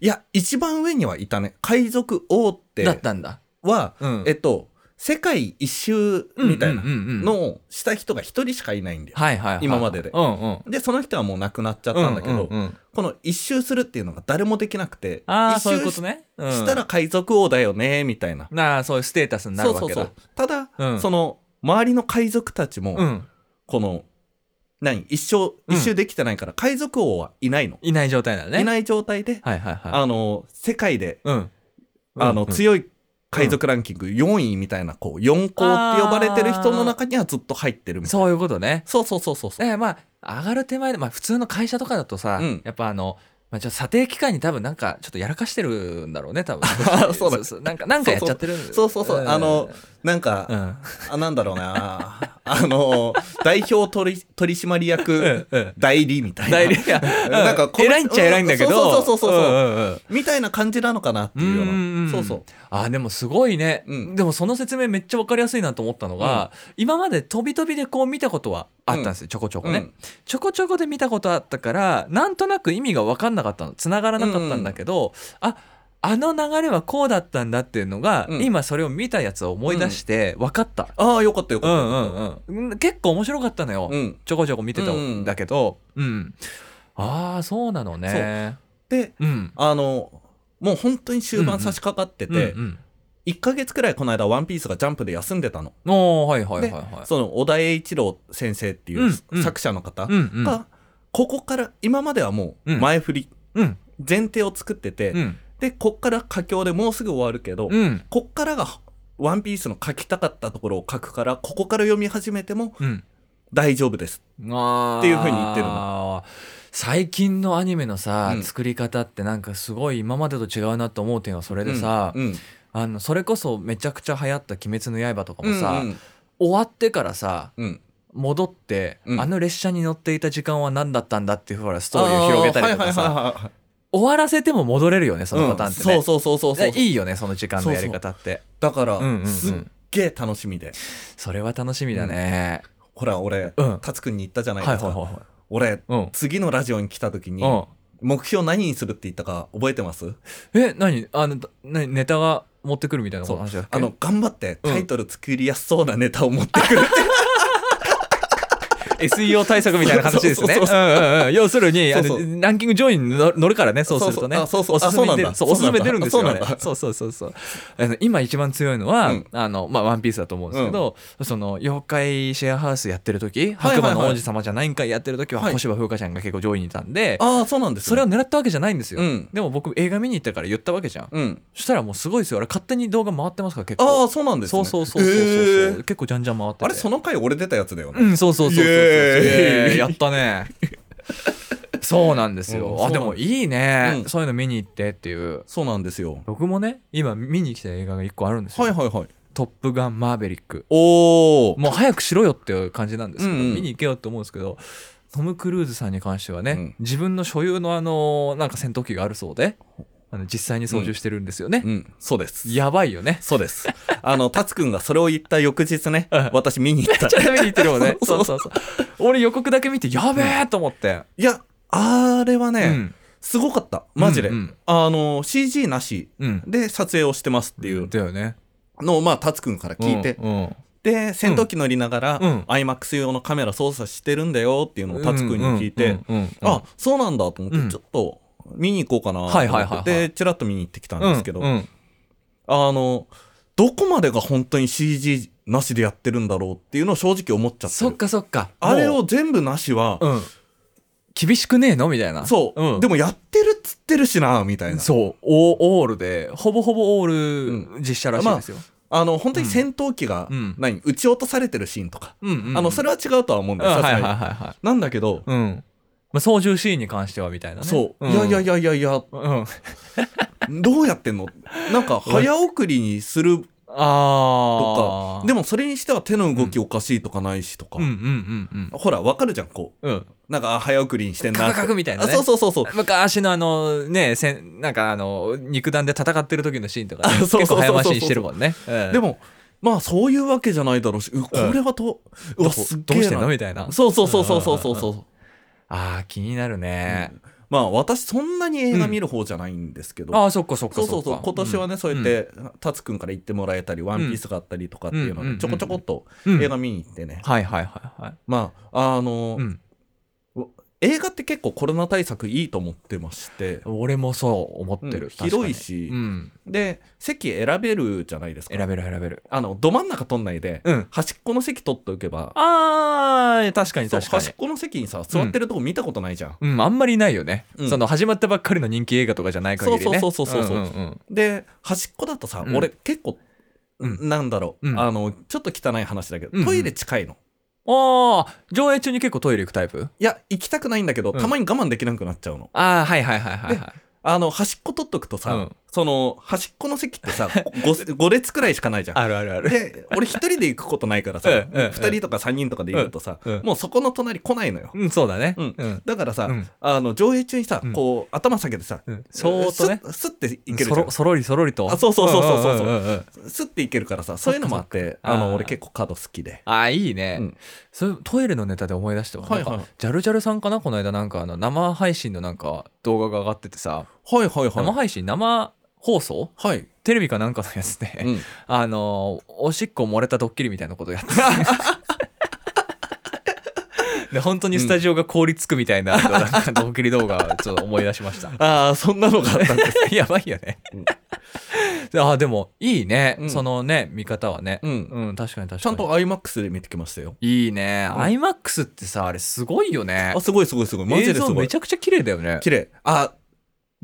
B: いや一番上にはいたね海賊王って
A: だったんだ、
B: は、
A: うん
B: えっと世界一周みたいな
A: うんうんうんうん
B: のをした人が一人しかいないんだよ、
A: はいはい、はい、
B: 今までで
A: うんうん
B: でその人はもう亡くなっちゃったんだけど、
A: うんうんうん
B: この一周するっていうのが誰もできなくて
A: ああ
B: 一
A: そう
B: 周
A: いうことね、うん、
B: したら海賊王だよねみたいな、
A: なあそういうステータスにな
B: そ
A: る
B: う
A: わ
B: そう
A: け
B: そ
A: だ
B: うただ、
A: うん
B: その周りの海賊たちも、
A: うん
B: この何一生
A: うん
B: 一周できてないから、海賊王はいないの、
A: いない状態なのね
B: いないい状態で、
A: はいはいはい
B: あの世界で
A: うん
B: あの、
A: うん
B: 強い海賊ランキング4位みたいな、こう、4校って呼ばれてる人の中にはずっと入ってるみたい
A: そういうことね
B: な。そうそうそうそうそう。
A: えまあ上がる手前で、まあ、普通の会社とかだとさ、
B: うん
A: やっぱあの、まあ、ちょっと査定期間に多分なんかちょっとやらかしてるんだろうね多分
B: そうだ
A: なんかなんかやっちゃってるんだよ
B: そうそうそう。
A: ん
B: あの、なん
A: う
B: か、
A: ん
B: あなんだろうな。あの、代表取り取締役
A: うん うん
B: 代理みたいな。
A: 代理が
B: なんかこの
A: 偉いんちゃ偉いんだけど
B: そうそうそうそうそうん
A: んん
B: みたいな感じなのかなっていうよ
A: うんうんう
B: う
A: ん
B: な。そうそう。
A: あでもすごいね、
B: うん
A: でもその説明めっちゃ分かりやすいなと思ったのが、今まで飛び飛びでこう見たことはあったんですよ、ちょこちょこね、
B: うん
A: ちょこちょこで見たことあったからなんとなく意味が分かんなかったの繋がらなかったんだけど、ああの流れはこうだったんだっていうのが、
B: うん
A: 今それを見たやつを思い出して分かった、
B: ああ、よかったよ
A: う
B: か
A: ん
B: っ
A: うんうん、結構面白かったのよ、
B: た。うん。
A: ちょこちょこ見てたんだけど、うんああそうなのね
B: で、
A: う、ん、
B: あの、もう本当に終盤差し掛かってて
A: うん、うん
B: 1ヶ月くらいこの間、ワンピースがジャンプで休んでたの。
A: おーはいはいはい
B: で
A: はい
B: その小田栄一郎先生っていう
A: うんうん
B: 作者の方が、
A: うんうん
B: ここから今まではもう前振り、
A: うん
B: 前提を作ってて、
A: うん
B: でこっから佳境でもうすぐ終わるけど、
A: うん
B: こっからが「ワンピースの書きたかったところを書くからここから読み始めても
A: うん
B: 大丈夫です
A: あー
B: っていう風に言ってる
A: 最近のアニメのさ、
B: うん
A: 作り方ってなんかすごい今までと違うなと思う点はそれ」でさ、
B: うんうん
A: あのそれこそめちゃくちゃ流行った「鬼滅の刃」とかもさ、
B: うん
A: 終わってからさ
B: うん
A: 戻って、
B: うん
A: あの列車に乗っていた時間は何だったんだっていうほらス
B: あ
A: トーリーを広げたりとかさ、
B: はいはいはいはい
A: 終わらせても戻れるよねそのパターンってね、
B: うんそうそうそうそうそう
A: いいよねその時間のやり方って
B: だから、
A: うんうんうん
B: すっげえ楽しみで
A: それは楽しみだね、
B: ほら俺、
A: うん
B: タツくんに言ったじゃない
A: は
B: で
A: い
B: す
A: はい
B: か、
A: はいは
B: 俺
A: いうん
B: 次のラジオに来た時に、
A: うん
B: 目標何にするって言ったか覚えてます
A: え何あのなネタが持ってくるみたいな話だっけ
B: あの頑張って
A: うん
B: タイトル作りやすそうなネタを持ってくる、
A: SEO 対策みたいな話ですね。
B: そう
A: うんうんうん要するに、あ
B: そうそ
A: のランキング上位に乗乗るからね、そうするとね。
B: そうそうあそうそ
A: おす
B: う
A: すめに出る
B: あ
A: そ
B: そう
A: う、おす
B: なんだ
A: すめ出るんですよ。
B: そう
A: あ
B: なん
A: れ
B: だ
A: そうそうそうそう。あの今一番強いのは
B: うん、
A: あの、まあ、ワンピースだと思うんですけど、その、妖怪シェアハウスやってる時、白馬の王子様じゃないんかいやってる時は、
B: はい
A: 小芝風花ちゃんが結構上位にいたんで、
B: ああそうなんです、
A: それを狙ったわけじゃないんですよ。
B: うん
A: でも僕映画見に行ったから言ったわけじゃん。
B: うん
A: そしたらもうすごいですよ。あれ勝手に動画回ってますから結
B: あ
A: 構。
B: あそうなんです、
A: そ
B: ね、
A: うそうそうそうそう、
B: へー
A: 結構じゃんじゃん回ってて。
B: あれその回俺出たやつだよね、
A: うん、そうそうそうそうそう。
B: イエーイ
A: やったね。そうなんです
B: うん
A: よ。あ、
B: そうなん
A: でもいいね、
B: うん
A: そういうの見に行ってっていう。
B: そうなんですよ
A: 僕もね、今見に来た映画が一個あるんですよ。
B: はいはいはい
A: トップガンマーベリック。
B: おお
A: もう早くしろよっていう感じなんですけど、
B: うんうん
A: 見に行けよって思うんですけど、トム・クルーズさんに関してはね、
B: うん
A: 自分の所有のあの、なんか戦闘機があるそうで、あの実際に操縦してるんですよね。
B: うんそうです
A: やばいよね。
B: そうです あのタツくんがそれを言った翌日ね
A: うん
B: 私見に行った
A: ちゃ見に行ってるもんね
B: 。そ
A: そう
B: う
A: そうそう。俺予告だけ見て、やべえと思って。
B: いやあれはね、
A: うん
B: すごかったマジで、
A: うんうん
B: あの CG なし
A: うん。
B: で撮影をしてますっていう
A: だよね。
B: のをまあタツくんから聞いて、
A: うんうん
B: で戦闘機乗りながら、
A: うん
B: iMAX 用のカメラ操作してるんだよっていうのをタツくんに聞いて、
A: うんうんうんうん
B: あそうなんだと思って、
A: うん
B: ちょっと見に行こうかなと
A: はいはいはい
B: 思
A: は
B: っ
A: い
B: てチラッと見に行ってきたんですけど、
A: うんうん
B: あのどこまでが本当に CG なしでやってるんだろうっていうのを正直思っちゃって
A: そっ
B: る
A: かそっか
B: あれ
A: も
B: を全部なしは、
A: ううん厳しくねえのみたいな
B: そう、
A: うん
B: でもやってるっつってるしなみたいな
A: そうオーオールでほぼほぼオール実写らしいですよ、
B: あの本当に戦闘機が、
A: うん
B: 何撃ち落とされてるシーンとか、
A: うんうん
B: あのそれは違うとは思うん
A: うん
B: だよ、
A: はい
B: さ
A: は
B: すが
A: い
B: に
A: はいはい
B: なんだけど、
A: うんまあ、操縦シーンに関してはみたいなね
B: そう、
A: ん
B: いやいやいやいやいや
A: うん、
B: どうやってんのなんか早送りにすると
A: あ
B: か
A: あ
B: で
A: も
B: もそれにしては手の動きおかしいとかないしとか、
A: うんうんうん
B: ほらわかるじゃんこ
A: うんうん
B: うなんかあ早送りにしてんなって
A: カクカクみたいなね
B: あそうそうそうそう
A: 昔のあのねせんなんかあの肉弾で戦ってる時のシーンとか、ね、
B: あそうそうそうそう
A: 結構早回しにしてるもんね、うん
B: でもまあそういうわけじゃないだろうしうこれはと、う
A: どこ
B: わすっ
A: ど
B: げ
A: う
B: え
A: してん
B: な
A: のみたいな
B: そうそうそうそうそうそうそう、
A: ああ気になるね、
B: まあ私そんなに映画見る方じゃないんですけど、
A: ああそっかそっか
B: そうそうそう
A: っか
B: 今年はね、
A: ん
B: そうやってタツくんから言ってもらえたり「ワンピースがあったりとかっていうの
A: うんう
B: で
A: ん
B: ちょこちょこっと
A: うん
B: 映画見に行ってね、
A: はいはいはいはい
B: まああの、
A: うん
B: 映画って結構コロナ対策いいと思ってまして、
A: 俺もそう思ってる、
B: うん
A: 確かに
B: 広いし
A: うん、
B: で席選べるじゃないですか
A: 選べる選べる
B: あのど真ん中取んないで、
A: うん
B: 端っこの席取っておけば
A: あー確かに
B: そう
A: 確かに
B: 端っこの席にさ座ってるとこ見たことないじゃん、
A: うん、あんまりないよね、
B: うん
A: その始まったばっかりの人気映画とかじゃない限りね
B: そうそうそうそうそう
A: うんうんうん
B: で端っこだとさ、
A: うん
B: 俺結構、
A: うん
B: なんだろう、
A: うん
B: あのちょっと汚い話だけど、
A: うんうん
B: トイレ近いの
A: ああ上映中に結構トイレ行くタイプ
B: いや行きたくないんだけど、
A: うん
B: たまに我慢できなくなっちゃうの
A: ああはいはいはいはいはい
B: あの端っこ取っとくとさ、
A: うん
B: その端っこの席ってさ 5, 列くらいしかないじゃん
A: あるあるある
B: で俺一人で行くことないからさ
A: ええええ
B: 2人とか3人とかで行くとさ、
A: うんうん
B: もうそこの隣来ないのよ、
A: うんそうだね
B: うん
A: うん
B: だからさ、
A: うん
B: あの上映中にさ、
A: うん
B: こう頭下げてさ、
A: うんそーっとね
B: スッスッていける
A: そ
B: じゃ
A: ろそろりそろりと
B: あそうそうそうそうそうそうん
A: んんん
B: んスッていけるからさそういうのもあって
A: そっかそっ
B: あ
A: か
B: の
A: あー
B: 俺結構カード好きで
A: ああいいね、
B: うん
A: それトイレのネタで思い出しても、
B: はいはい
A: なんかジャルジャルさんかなこの間なんかあの生配信のなんか動画が上がっててさ
B: はいはい
A: 生配信生放送
B: はい、
A: テレビかなんかのやつで、
B: うん
A: あのおしっこ漏れたドッキリみたいなことをやってで本当にスタジオが凍りつくみたいな,、なんかドッキリ動画をちょっと思い出しま した
B: ああそんなのがあったんです
A: やばいよね
B: うん、
A: あでもいいね、
B: うん
A: そのね見方はね
B: うん
A: うん、確かに確かに
B: ちゃんと iMAX で見てきましたよ
A: いいね、
B: うん
A: iMAX ってさあれすごいよね
B: あすごいすごいすごいマジ
A: 映
B: です
A: 像
B: ご
A: め
B: い
A: ちゃくちゃ綺麗だよね
B: 綺麗あ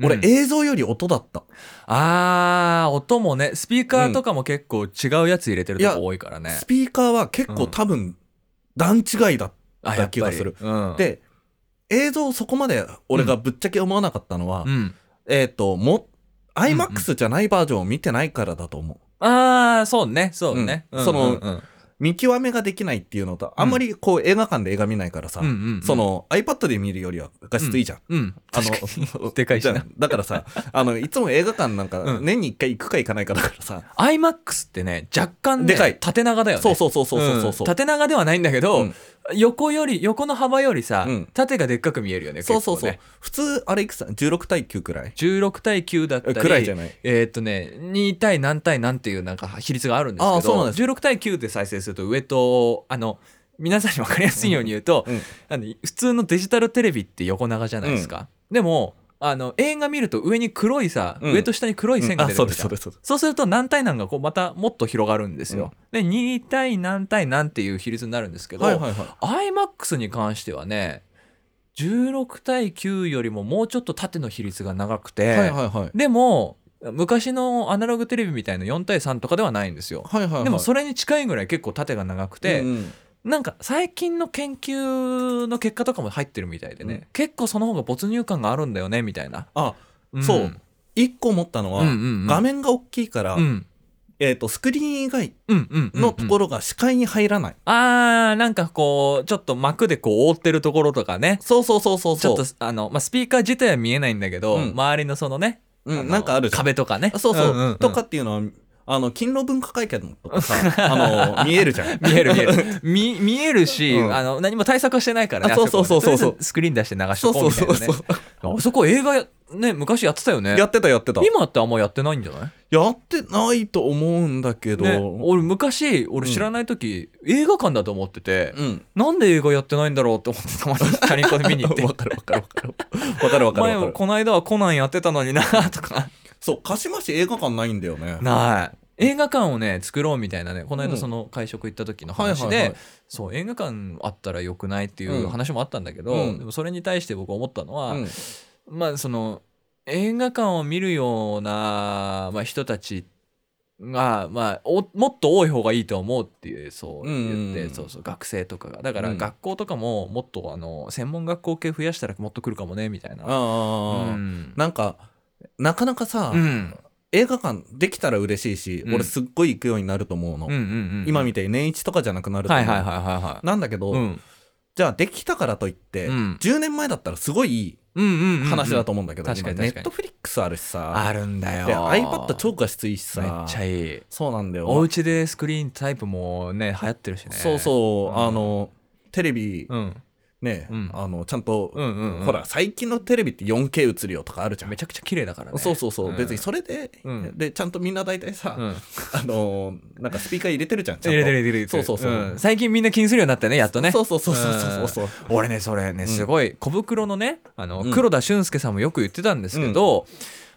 B: 俺、
A: うん
B: 映像より音だった
A: あー音もねスピーカーとかも結構違うやつ入れてるとこ多いからね、
B: スピーカーは結
A: う
B: 構
A: ん
B: 多分段違いだっ
A: あ
B: た気がする、
A: うん、
B: で映像そこまで俺がぶっちゃけ思わなかったのは、
A: うん、
B: えっ、とも iMAX じゃないバージョンを見てないからだと思う、
A: ああそうねそうね、
B: うんそ
A: うん
B: の
A: うん
B: 見極めができないっていうのとあんまりこう映画館で映画見ないからさ、
A: うんうんうん
B: その iPad で見るよりは画質いいじゃん、
A: うん
B: あの
A: にでかいしな
B: じゃんだからさあのいつも映画館なんか
A: うん
B: 年に1回行くか行かないかだからさ、
A: iMAX ってね若干、ね、
B: でかい
A: 縦長だよね
B: そうそうそうそうそう
A: ん
B: そう、
A: 縦長ではないんだけど、
B: うん
A: 横より横の幅よりさ、
B: うん
A: 縦がでっかく見えるよね
B: そうそうそう、
A: 結構ね
B: 普通あれいくつだ16対9くらい
A: 16対9だったり
B: くらいじゃない
A: えーっとね2対何対何っていうなんか比率があるんですけど
B: あーそうなんです
A: 16対9で再生すると上とあの皆さんに分かりやすいように言うと、
B: うんうん
A: あの普通のデジタルテレビって横長じゃないですか、でもあの映画見ると上に黒いさ、
B: うん
A: 上と下に黒い線が出
B: あ
A: てく
B: そう
A: る
B: で
A: じ
B: す
A: ゃ
B: そ
A: ん
B: うですそうです
A: そうすると何対何がこうまたもっと広がるんですよ、で2対何対何っていう比率になるんですけど、
B: はいはいはい
A: iMAX に関してはね16対9よりももうちょっと縦の比率が長くて、
B: はいはいはい
A: でも昔のアナログテレビみたいな4対3とかではないんですよ。
B: はいはいはい
A: でもそれに近いぐらい結構縦が長くて、
B: うん
A: なんか最近の研究の結果とかも入ってるみたいでね、
B: うん
A: 結構その方が没入感があるんだよねみたいな、
B: あ
A: ん
B: そう一個思ったのは、
A: うんうんうん
B: 画面が大きいから、
A: うん
B: えー、とスクリーン以外
A: うんうんうん
B: のところが視界に入らない、
A: あーなんかこうちょっと幕でこう覆ってるところとかね
B: そうそうそうそう
A: ち
B: そ
A: ょ
B: う
A: っとあの、まあ、スピーカー自体は見えないんだけど、
B: うん
A: 周りのそのね、
B: うん
A: あの
B: なんかあるじゃん
A: 壁とかね
B: あそうそう,、
A: んんん
B: とかっていうのはあの勤労文化会見とか さあの見えるじゃん
A: 見える見え る見見えるし、
B: うん
A: あの何も対策はしてないからね
B: あそうそうそうそう
A: あこはねとりあえずスクリーン出して流し
B: そ
A: と
B: う
A: こう
B: そう
A: みたい
B: そ
A: な
B: う
A: ね
B: そう
A: あそこ映画やね昔やってたよね
B: やってたやってた
A: 今ってあんまやってないんじゃない
B: やってないと思うんだけど、
A: ね、俺昔俺知らない時、映画館だと思ってて、
B: うん
A: なんで映画やってないんだろうって思って たまにチャリンコで見に行って
B: わかるわかるわかるわかるわかる
A: 前
B: わか
A: も
B: る
A: この間はコナンやってたのにな とか
B: そう鹿島市映画館ないんだよね
A: ない映画館をね作ろうみたいなねこの間その会食行った時の話で、
B: はいはいはい
A: そう映画館あったらよくないっていううん話もあったんだけど、
B: うん
A: でもそれに対して僕思ったのは、
B: うん
A: まあその映画館を見るような、まあ、人たちが、まあ、おもっと多い方がいいと思うっていうそう言って、
B: うん
A: そうそう学生とかがだから
B: うん
A: 学校とかももっとあの専門学校系増やしたらもっと来るかもねみたいな。
B: ああ、
A: うん
B: なんかなかなかさ、
A: うん
B: 映画館できたら嬉しいし、
A: うん
B: 俺すっごい行くようになると思うの、
A: うんうんうん
B: 今みたいに年一とかじゃなくなると
A: は
B: 思
A: いうはいはいはいはい。
B: なんだけど、
A: うん
B: じゃあできたからといって、
A: うん
B: 10年前だったらすごいい
A: うんうんうんう
B: い
A: ん
B: 話だと思うんだけど、
A: 確かに
B: ネ
A: 確か
B: ッ
A: に
B: トフリックスあるしさ
A: あるんだよ
B: で iPad 超画質いいしさ
A: めっちゃいい
B: そうなんだよ
A: お家でスクリーンタイプもね流行ってるしね
B: そうそう、
A: うん
B: あのテレビ、
A: うん
B: ね、
A: うん
B: あのちゃんと、
A: うんうんうん
B: ほら最近のテレビって 4K 映るよとかあるじゃん
A: めちゃくちゃ綺麗だからね
B: そうそうそう、
A: ん
B: 別にそれで、
A: うん
B: でちゃんとみんな大体さ、
A: うん
B: あのーなんかスピーカー入れてるじゃん。ちゃん
A: 入
B: と
A: れてる入れてる入れてる
B: そうそうそうん
A: 最近みんな気にするようになったねやっとね
B: そうそうそうそうそうそう。
A: 俺ねそれね
B: ん
A: すごい小袋のねあの
B: うん
A: 黒田俊介さんもよく言ってたんですけど、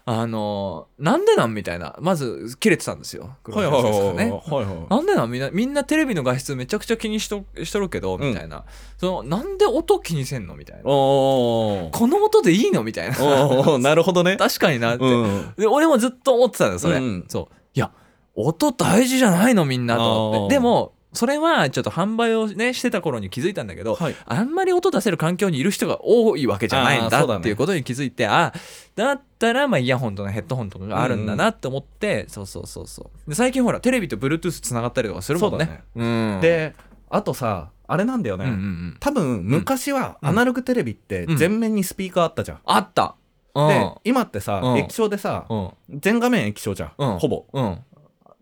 A: あのなんでなんみたいなまず切れてたんですよ黒
B: はい
A: 田
B: はい
A: 俊
B: はい
A: 介さん
B: は
A: ね
B: い。は
A: なんでなんみんなみんなテレビの画質めちゃくちゃ気にしとしとるけど
B: うん
A: みたいな、そのなんで音気にせんのみたい
B: い。
A: な
B: おー
A: この音でいいのみたいな
B: お ーなるほどね。
A: 確かになって、
B: うん。
A: で俺もずっと思ってたのよそれ、
B: うん
A: そういや音大事じゃないのみんなと思
B: あ
A: っ
B: ー
A: てでもそれはちょっと販売をねしてた頃に気づいたんだけど、
B: はい
A: あんまり音出せる環境にいる人が多いわけじゃないん
B: あー
A: だ
B: そうだね
A: っていうことに気づいてあだったらまあイヤホンとかヘッドホンとかがあるんだなって思って、そうそうそうそうで最近ほらテレビと Bluetooth つながったりとかするもんねう
B: うん
A: ん
B: で、あとさ、あれなんだよ
A: うんうんう
B: ね。
A: ん
B: 多分昔は
A: うん
B: アナログテレビって
A: うん
B: 全面にスピーカーあったじゃん。
A: あったうん
B: で、今ってさ
A: う、ん
B: 液晶でさ、
A: うん
B: 全画面液晶じゃ
A: うん
B: ん。ほぼ。
A: うん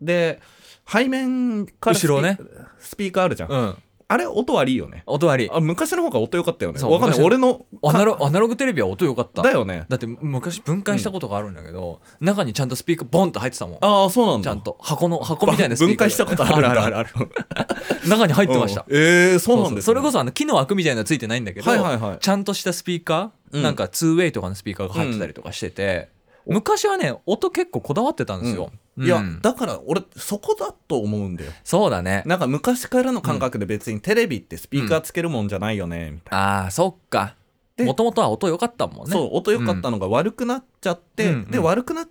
B: で、背面からスピ
A: 後ろね
B: スピーカーあるじゃん。
A: うん
B: あれ音悪いよね。
A: 音あり
B: あ昔の方が音良かったよね。
A: そう
B: わかんない。
A: 昔
B: 俺の
A: アナロアナログテレビは音良かった
B: だよね。
A: だって昔分解したことがあるんだけど、中にちゃんとスピーカーボンって入ってたもん
B: ああ、そうなん
A: ち
B: だ
A: ゃん。と箱の箱みたいなスピー
B: 分
A: カー
B: 解したことあるあるある ある。
A: 中に入ってました、
B: うんえー、そうなんですね
A: それこそあの木の枠みたいなのついてないんだけど、
B: はいはいはい
A: ちゃんとしたスピーカー、
B: うん
A: なんか 2way とかのスピーカーが入ってたりとかしてて、昔はね音結構こだわってたんですよ、
B: いや、
A: うん
B: だから俺そこだと思うんだよ
A: そうだね
B: なんか昔からの感覚で別にテレビってスピーカーつけるもんじゃないよね、みたい
A: ああそっか
B: で
A: もともとは音良かったもんね
B: な、そう音良かったのが悪くなっちゃって、
A: うん
B: で
A: うん
B: 悪くなっ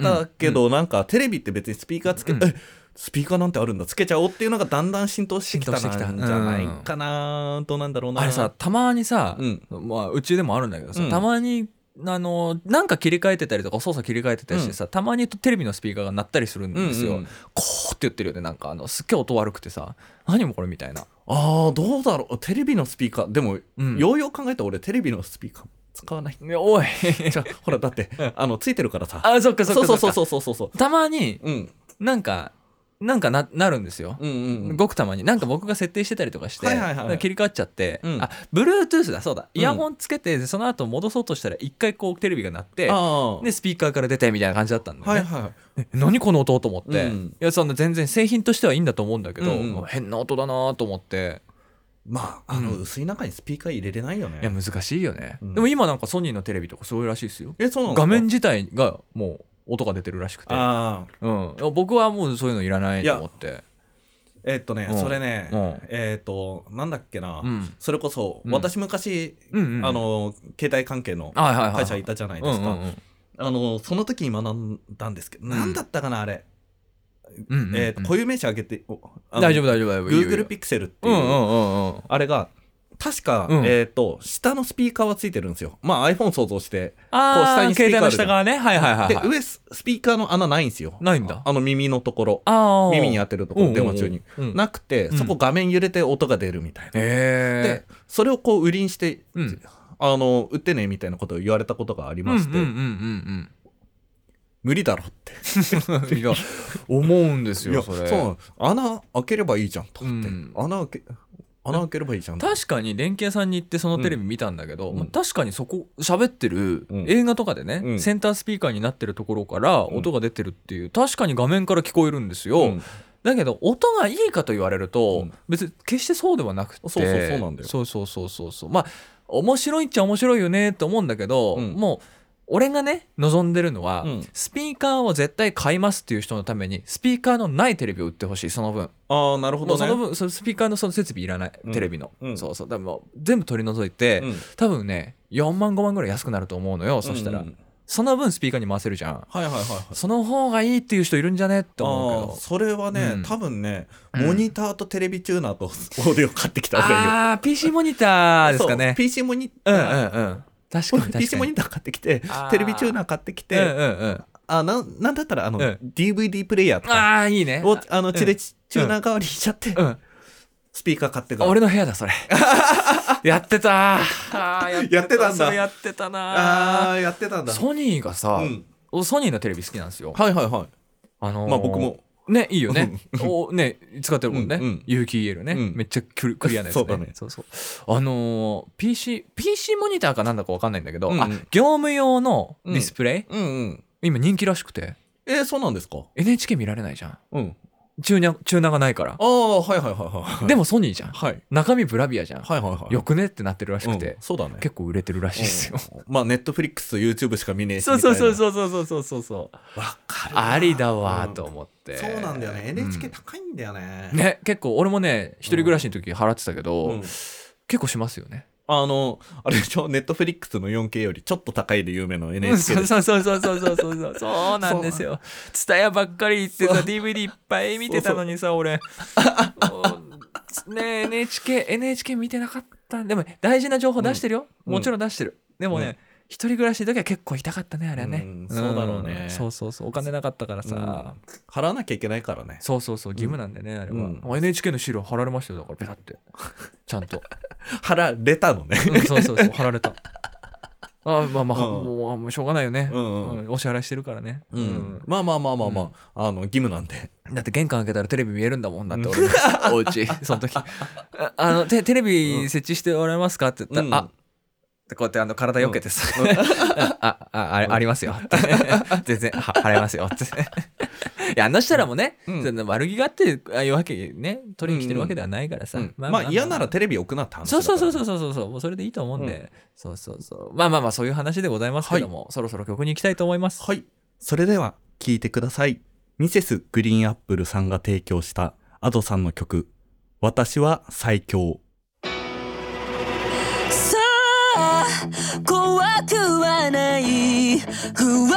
B: たけど、なんかテレビって別にスピーカーつけ、
A: うん
B: えスピーカーなんてあるんだつけちゃおうっていうのがだんだん浸透してきたん
A: 浸透してきた
B: じゃないかな、どうなんだろうな
A: あれさたまにさ、
B: うん
A: まあ、うちでもあるんだけどさ、
B: うん
A: たまにあのなんか切り替えてたりとか操作切り替えてたりしてさ、たまにテレビのスピーカーが鳴ったりするんですよ、
B: うんうん
A: こうって言ってるよねなんかあのすっげえ音悪くてさ何もこれみたいな
B: あーどうだろうテレビのスピーカーでも、
A: うん
B: ようよう考えたら俺テレビのスピーカー 使わない
A: ねおい
B: じゃあほらだってあのついてるからさ
A: あそっかそっ
B: そ
A: か
B: うそうそう
A: う
B: そうそうそうそう
A: たまに
B: うん
A: なんかなんかななるんですよ、
B: うんうん
A: ごくたまになんか僕が設定してたりとかして、
B: はいはいはいはい
A: なんか切り替わっちゃって、
B: うん
A: あ Bluetooth だそうだ
B: うん
A: イヤホンつけて、その後戻そうとしたら一回こうテレビが鳴って
B: ああ
A: でスピーカーから出てみたいな感じだったんだよね、
B: はいは
A: 何この音と思って、
B: うん
A: いやそんな全然製品としてはいいんだと思うんだけど、
B: うんうん
A: 変な音だなと思って
B: いまああの薄い中にスピーカー入れれないよね
A: いや難しいよね、
B: うん
A: でも今なんかソニーのテレビとかそういうらしいですよ
B: えそうなの
A: 画面自体がもう音が出てるらしくて、
B: ああ
A: うん、僕はもうそういうのいらないと思って
B: えっとね
A: うん
B: それね
A: うん
B: えっとなんだっけな
A: うん
B: それこそ
A: うん
B: 私昔
A: うんうん
B: あの携帯関係の
A: はいはいはい
B: 会社いたじゃないですかあのその時に学んだんですけどなんだったかなあれえっと固有名詞あげておあの
A: 大丈夫大丈夫大丈夫
B: Google ピクセルって
A: う
B: い
A: んうん
B: う
A: うんうん
B: あれが確か、
A: うん
B: えっ、と、下のスピーカーはついてるんですよ。まあ iPhone 想像して。
A: ああ
B: こう下にスピー
A: 携帯
B: カーあ
A: の
B: るじゃ
A: 下
B: ん
A: 側ねはいはいはい
B: で、
A: はい
B: 上ススピーカーの穴ないんですよ。
A: ないんだ
B: あの耳のところ。
A: あ
B: 耳に当
A: て
B: てるところ、電話中に。なくて、
A: うん
B: そこ画面揺れて音が出るみたいな。
A: へ
B: で、それをこう売りにして、
A: うん
B: あの、売ってねみたいなことを言われたことがあり
A: えうん
B: ま
A: うんう
B: し
A: ん
B: て、無理だろって。
A: うんうんいや思うんです
B: いや
A: よ
B: そ
A: そうれ
B: なの穴開ければいいじゃんと思って、
A: うん
B: 穴開け穴開ければいいじゃん。
A: 確かに連携さんに行ってそのテレビ見たんだけど、
B: うん
A: まあ確かにそこ喋ってる、
B: うん
A: 映画とかでね、
B: うん
A: センタースピーカーになってるところから
B: うん
A: 音が出てるっていう確かに画面から聞こえるんですよ、
B: うん
A: だけど音がいいかと言われると、
B: うん
A: 別に決してそうではなくて
B: そうそうそうなんだよ
A: そうそうそうそうそうまあ面白いっちゃ面白いよねと思うんだけど、
B: うん
A: もう俺がね望んでるのは、
B: うん
A: スピーカーを絶対買いますっていう人のためにスピーカーのないテレビを売ってほしいその分
B: ああ、なるほ
A: も
B: ど
A: うその
B: ね。
A: 分そのスピーカーのその設備いらない、
B: うん
A: テレビの、
B: うん
A: そうそうだからもう全部取り除いて、
B: うん
A: 多分ね4万5万ぐらい安くなると思うのよ、そしたら、
B: うんうん
A: その分スピーカーに回せるじゃん
B: はいはいはいはい。
A: その方がいいっていう人いるんじゃねって思う
B: あー
A: けど
B: それはね、
A: うん
B: 多分ね、
A: うん
B: モニターとテレビチューナ ーとオーディオ買ってきた方がいいよ。
A: ああー PC モニターですか
B: そう
A: ね
B: PC モニタ
A: うんうん
B: ー、
A: うん確かに確かに
B: PC モニター買ってきて
A: あー、
B: テレビチューナー買ってきて、
A: うんうんうん
B: あなんなんだったらあの、
A: うん
B: DVD プレイヤーとか
A: ああいいね
B: をあの
A: ん
B: チレチチューナー代わりにしちゃって、
A: うん
B: スピーカー買ってくる。
A: 俺の部屋だそれ やってたあー
B: やってたんだ
A: それやってた
B: あ
A: な
B: あやってたんだ。
A: ソニーがさ
B: う、ん
A: ソニーのテレビ好きなんですよ
B: はいはいはい。
A: あのー
B: まあ僕も。
A: ねいいよねおね使ってるもんね、
B: うんうん
A: 有機 EL ね、
B: うん
A: めっちゃクリクリアなやつ、ね、
B: そうだね
A: そうそうあのー PC, PC モニターかなんだか分かんないんだけど、
B: うんうん
A: あ業務用のディスプレイ、
B: うんうん。
A: 今人気らしくて
B: えーそうなんですか
A: NHK 見られないじゃん
B: うん。
A: チューナーチューナーがないから
B: ああ、はいはいはいはい。
A: でもソニーじゃん
B: はい。
A: 中身ブラビアじゃん、
B: はいはいはい。
A: よくねってなってるらしくて
B: うん、そうだね。
A: 結構売れてるらしいですよ、
B: うんまあ、ネットフリックスと YouTube しか見ねえし。み
A: そうそうそうそうそうそう
B: たいなわかるな。
A: ありだわーと思って、
B: そうなんだよね。NHK
A: うん
B: 高いんだよね。
A: ね結構俺もね一人暮らしの時払ってたけど、
B: うん
A: 結構しますよね
B: あの、あれでしょ、ネットフリックスの 4K よりちょっと高いで有名の NHK
A: うん
B: でしょ。
A: そうそうそうそうそうそうそうそうなんですよツタヤばっかり行ってさ DVD いっぱい見てたのにさ俺うんねえ NHKNHK 見てなかったでも大事な情報出してるよ、
B: うん
A: もちろん出してるでもね、
B: うん
A: 一人暮らしの時は結構痛かったねあれはね、
B: うんそうだろうね
A: んそうそうそうお金なかったからさ、
B: うん払わなきゃいけないからね。
A: そうそうそう義務なんだよね、あれは、
B: う
A: NHK の資料貼られましたよだからペラってちゃんと
B: 払われたのね。
A: うんそうそうそう貼られたあまあまあ、
B: うん
A: もうもうしょうがないよね、
B: うんうん
A: うんお支払いしてるからね、
B: う
A: うん
B: ん、 まあまあまあまあまあ、あの、義務なんで。
A: だって玄関開けたらテレビ見えるんだもんだって俺のお家 その時ああのテテレビ設置しておられますかって言ったら、
B: うん
A: あってこうやってあの体よけてさ、
B: う ん
A: あああれありますよって 全然は払いますよって いやあの人らもね、
B: うん
A: そんな悪気があってああいうわけね取りに来てるわけではないからさ、
B: うんまあ嫌ならテレビ置くなって話だ
A: そ
B: か
A: う
B: ら。
A: そうそうそうそうそうそうもうそれでいいと思うんで、
B: う
A: そうそうそうまあまあまあそういう話でございますけども、そろそろ曲に行きたいと思います
B: はい。それでは、聞いてください。ミセスグリーンアップルさんが提供した Ado さんの曲、私は最強。
C: さあ怖くはない不安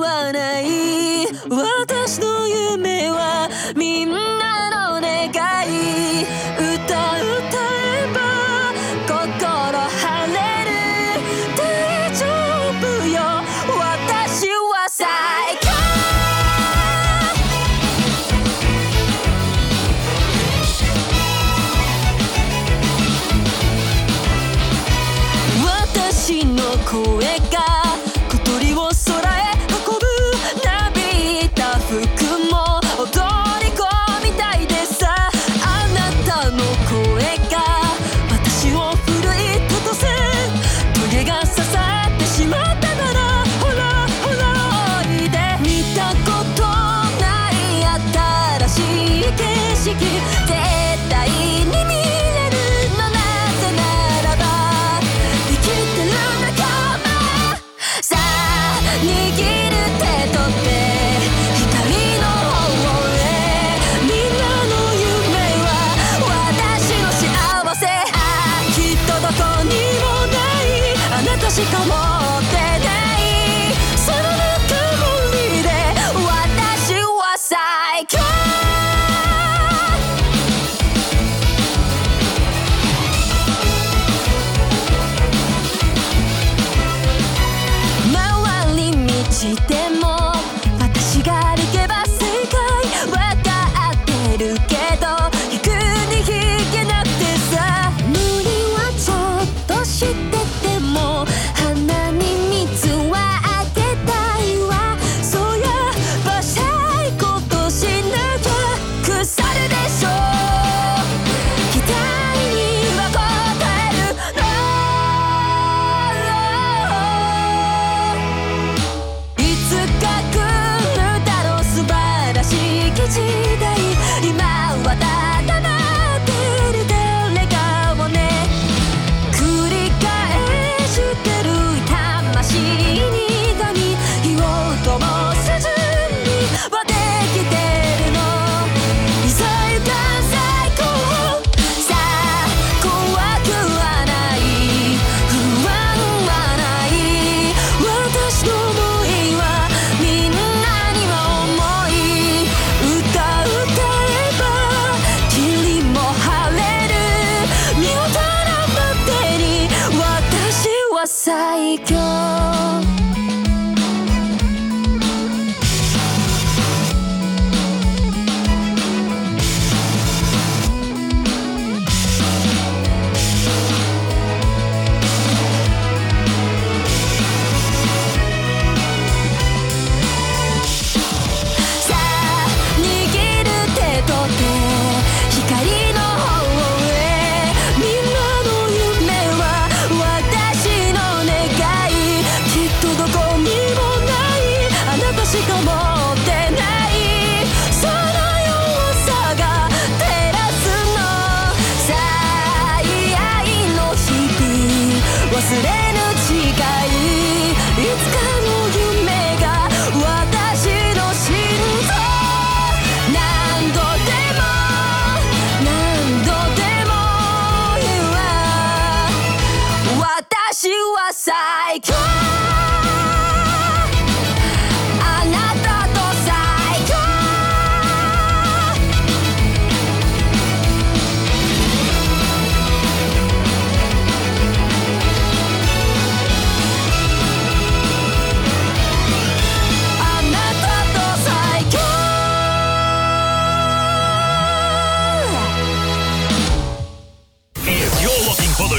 C: はない私の夢はみんなの願い歌歌えば心晴れる大丈夫よ私は最高私の声が小鳥を空へ運ぶなびいた服も踊り子みたいでさあなたの声が私を奮い立たせトゲが刺さってしまったならほらほらおいで見たことない新しい景色絶対に見れるのなぜならば生きてる仲間さあ握る手とって光の方へみんなの夢は私の幸せああきっとどこにもないあなたしか持ってないそのぬくもりで私は最強「さあ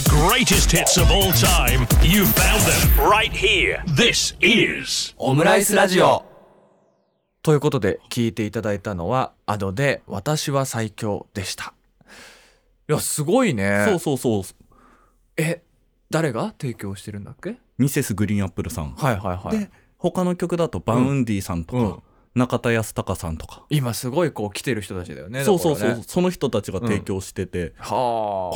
D: greatest hits of all time, you found them right here. This is
A: オムライスラジオということで聞いていただいたのはアドで「私は最強」でしたいやすごいね
B: そうそうそう。
A: え誰が提供してるんだっけ
B: ミセスグリーンアップルさん。
A: はいはいはい
B: で、他の曲だとバウンディさんとか、
A: うん
B: 中田康隆さんとか。
A: 今すごいこう来てる人たちだよね
B: そうそうそ
A: だ
B: う、
A: からね
B: その人たちが提供してて、
A: はあ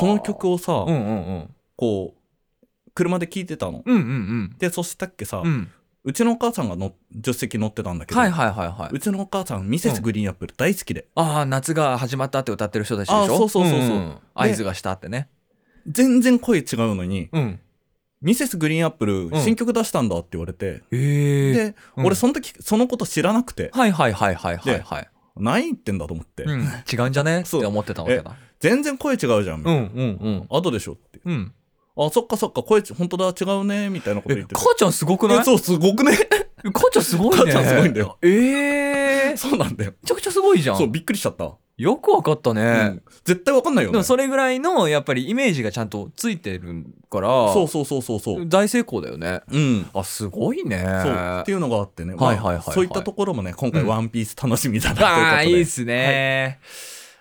B: この曲をさ、
A: うんうんうん
B: こう、車で聴いてたの。
A: うんうん
B: で、そしたっけさ、
A: うんうん
B: うちのお母さんがの助手席乗ってたんだけど、
A: はいはいはいはいう
B: ちのお母さん、ミセスグリーンアップル大好きで、
A: ああ夏が始まったって歌ってる人たちでしょ
B: あーそうそうそうそうん
A: ん合図がしたってね
B: 全然声違うのに、
A: うん
B: ミセスグリーンアップル
A: ん
B: 新曲出したんだって言われて、
A: ええ
B: で、
A: うん
B: 俺その時、そのこと知らなくて、
A: はいはいはいはいはいはい
B: 何言ってんだと思って、
A: うん違うんじゃねって
B: そう
A: 思ってたわけだ
B: 全然声違うじゃ
A: う
B: ん、
A: んうんうん
B: 後でしょって。
A: うん
B: あ、そっかそっか、声ち、本当だ、違うね、みたいなこと言
A: え
B: って て。
A: 母ちゃんすごく ない
B: えそう、すごくね。
A: 母ちゃんすごいね
B: 母ちゃんすごいんだよ
A: ええめ
B: そうなんだよ。
A: ちゃくちゃすごいじゃ
B: そう、
A: ん
B: びっくりしちゃった。
A: よくわかった
B: う
A: ね
B: ん絶対わかんないよね。
A: でもそれぐらいのやっぱりイメージがちゃんとついてるから
B: そうそうそうそうそう。
A: 大成功だよね
B: うん。
A: あすごいね
B: そうっていうのがあってね、
A: はいはいはいはい
B: まあそういったところもね今回「ワンピース楽しみだなということで、
A: ああいいっすね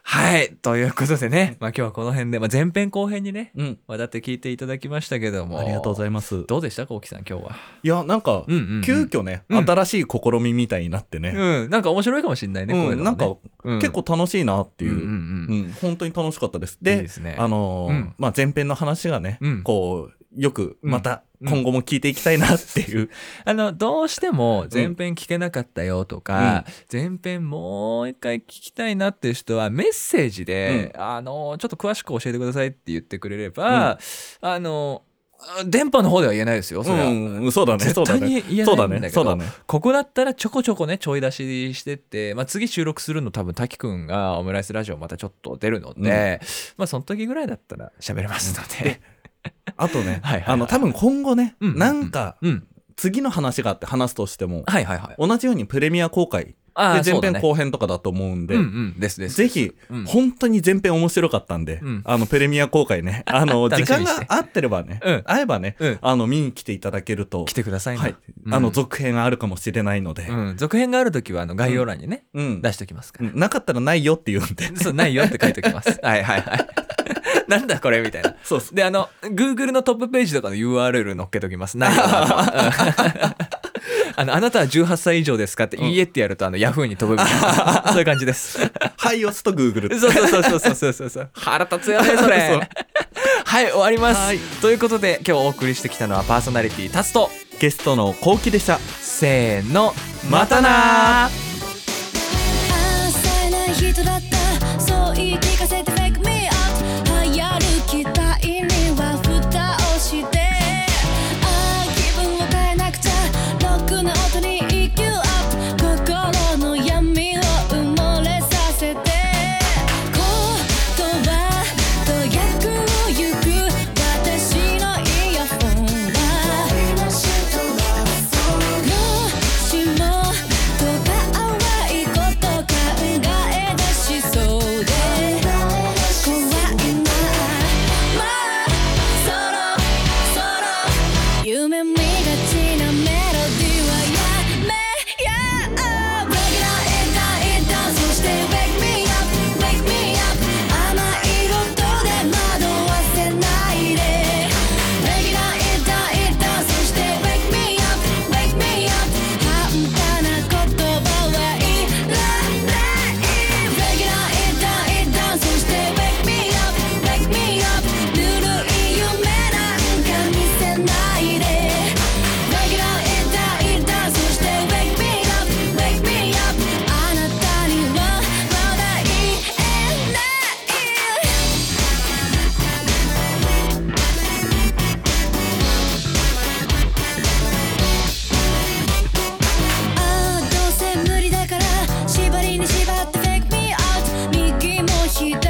A: はい、ということでね、まあ、今日はこの辺で、まあ、前編後編にね
B: うん
A: わだって聞いていただきましたけども
B: ありがとうございます
A: どうでしたこうきさん今日は、
B: いやなんか、
A: うんうんうん
B: 急遽ね、
A: うん
B: 新しい試みみたいになってね,、
A: うんなんか面白いかもしれないね、
B: うん
A: こういうのも
B: なん
A: ね
B: か、
A: うん
B: 結構楽しいなっていう、
A: うんうんうん
B: うん本当に楽しかったですで
A: いいですね
B: あのー
A: うん
B: まあ、前編の話がね、
A: うん
B: こうよくまた
A: うん
B: 今後も聞いていきたいなっていう、
A: あのどうしても前編聞けなかったよとか、前編もう一回聞きたいなっていう人はメッセージで、あのちょっと詳しく教えてくださいって言ってくれれば、あの電波の方では言えないです よそれは、
B: うんうんそうだね
A: 絶対に言えないんだけど
B: そうだねそうだね
A: ここだったらちょこちょこねちょい出ししてって、まあ、次収録するの多分滝くんがオムライスラジオまたちょっと出るので、まあその時ぐらいだったら喋れますので、
B: あとね
A: はいはいはい
B: あの多分今後ね、
A: うんうんうん
B: なんか
A: うん
B: 次の話があって話すとしても、
A: はいはいはい
B: 同じようにプレミア公開
A: あ
B: で
A: ーそ
B: 前
A: うだ
B: 編
A: ね
B: 後編とかだと思うんで、
A: うんうんですです
B: ぜひ、
A: うん
B: 本当に前編面白かったんで、
A: ん
B: あの、プレミア公開ね、あの、
A: 楽
B: 時
A: しみ
B: 間
A: にして
B: が合ってればね、
A: うん
B: 合えばね、
A: うん
B: あの、見に来ていただけると、
A: 来てくださいね、
B: はい、
A: うん
B: あの、続編があるかもしれないので、
A: うん、続編があるときはあの概要欄にね、
B: うんうん
A: 出しておきますか
B: う
A: ら、
B: んなかったらないよって言う んで、
A: そうないよって書いておきます はいはいはいなんだこれみたいな
B: そうそう
A: であの Google のトップページとかの URL 載っけときますないよな とあのあなたは18歳以上ですかって、いいえってやるとあのヤフーに飛ぶみたい なそういう感じです
B: はい、押すと Google
A: そうそうそうそうそうそうそう 腹立つよねそ
B: そう
A: れはい終わります、
B: はい
A: ということで今日お送りしてきたのはパーソナリティタツと
B: ゲストのこうきでした。
A: せーの
B: またなー
C: ああ冴えない人だったそう言い聞かせて Make me up 流行る期待には蓋をしてああ気分を変えなくちゃロックな音に EQ アップ心の闇を埋もれさせて言葉と役を行く私のイヤホンはもしもとか淡いこと考え出しそうで怖いなまあそろそろ夢見がちなメロディーはやめや Break it down, it down, it down そして Wake me up, wake me up 甘い音で惑わせないで Break it down, it down, it down そして Wake me up, wake me up 半端な言葉はいらない Break it down, it down, it down そして Wake me up, wake me up ぬるい夢なんか見せないで Break it down, it down, it down そして Wake me up, wake me up あなたにはまだ言えないああどうせ無理だから縛りに縛って Take me out 右も左 e,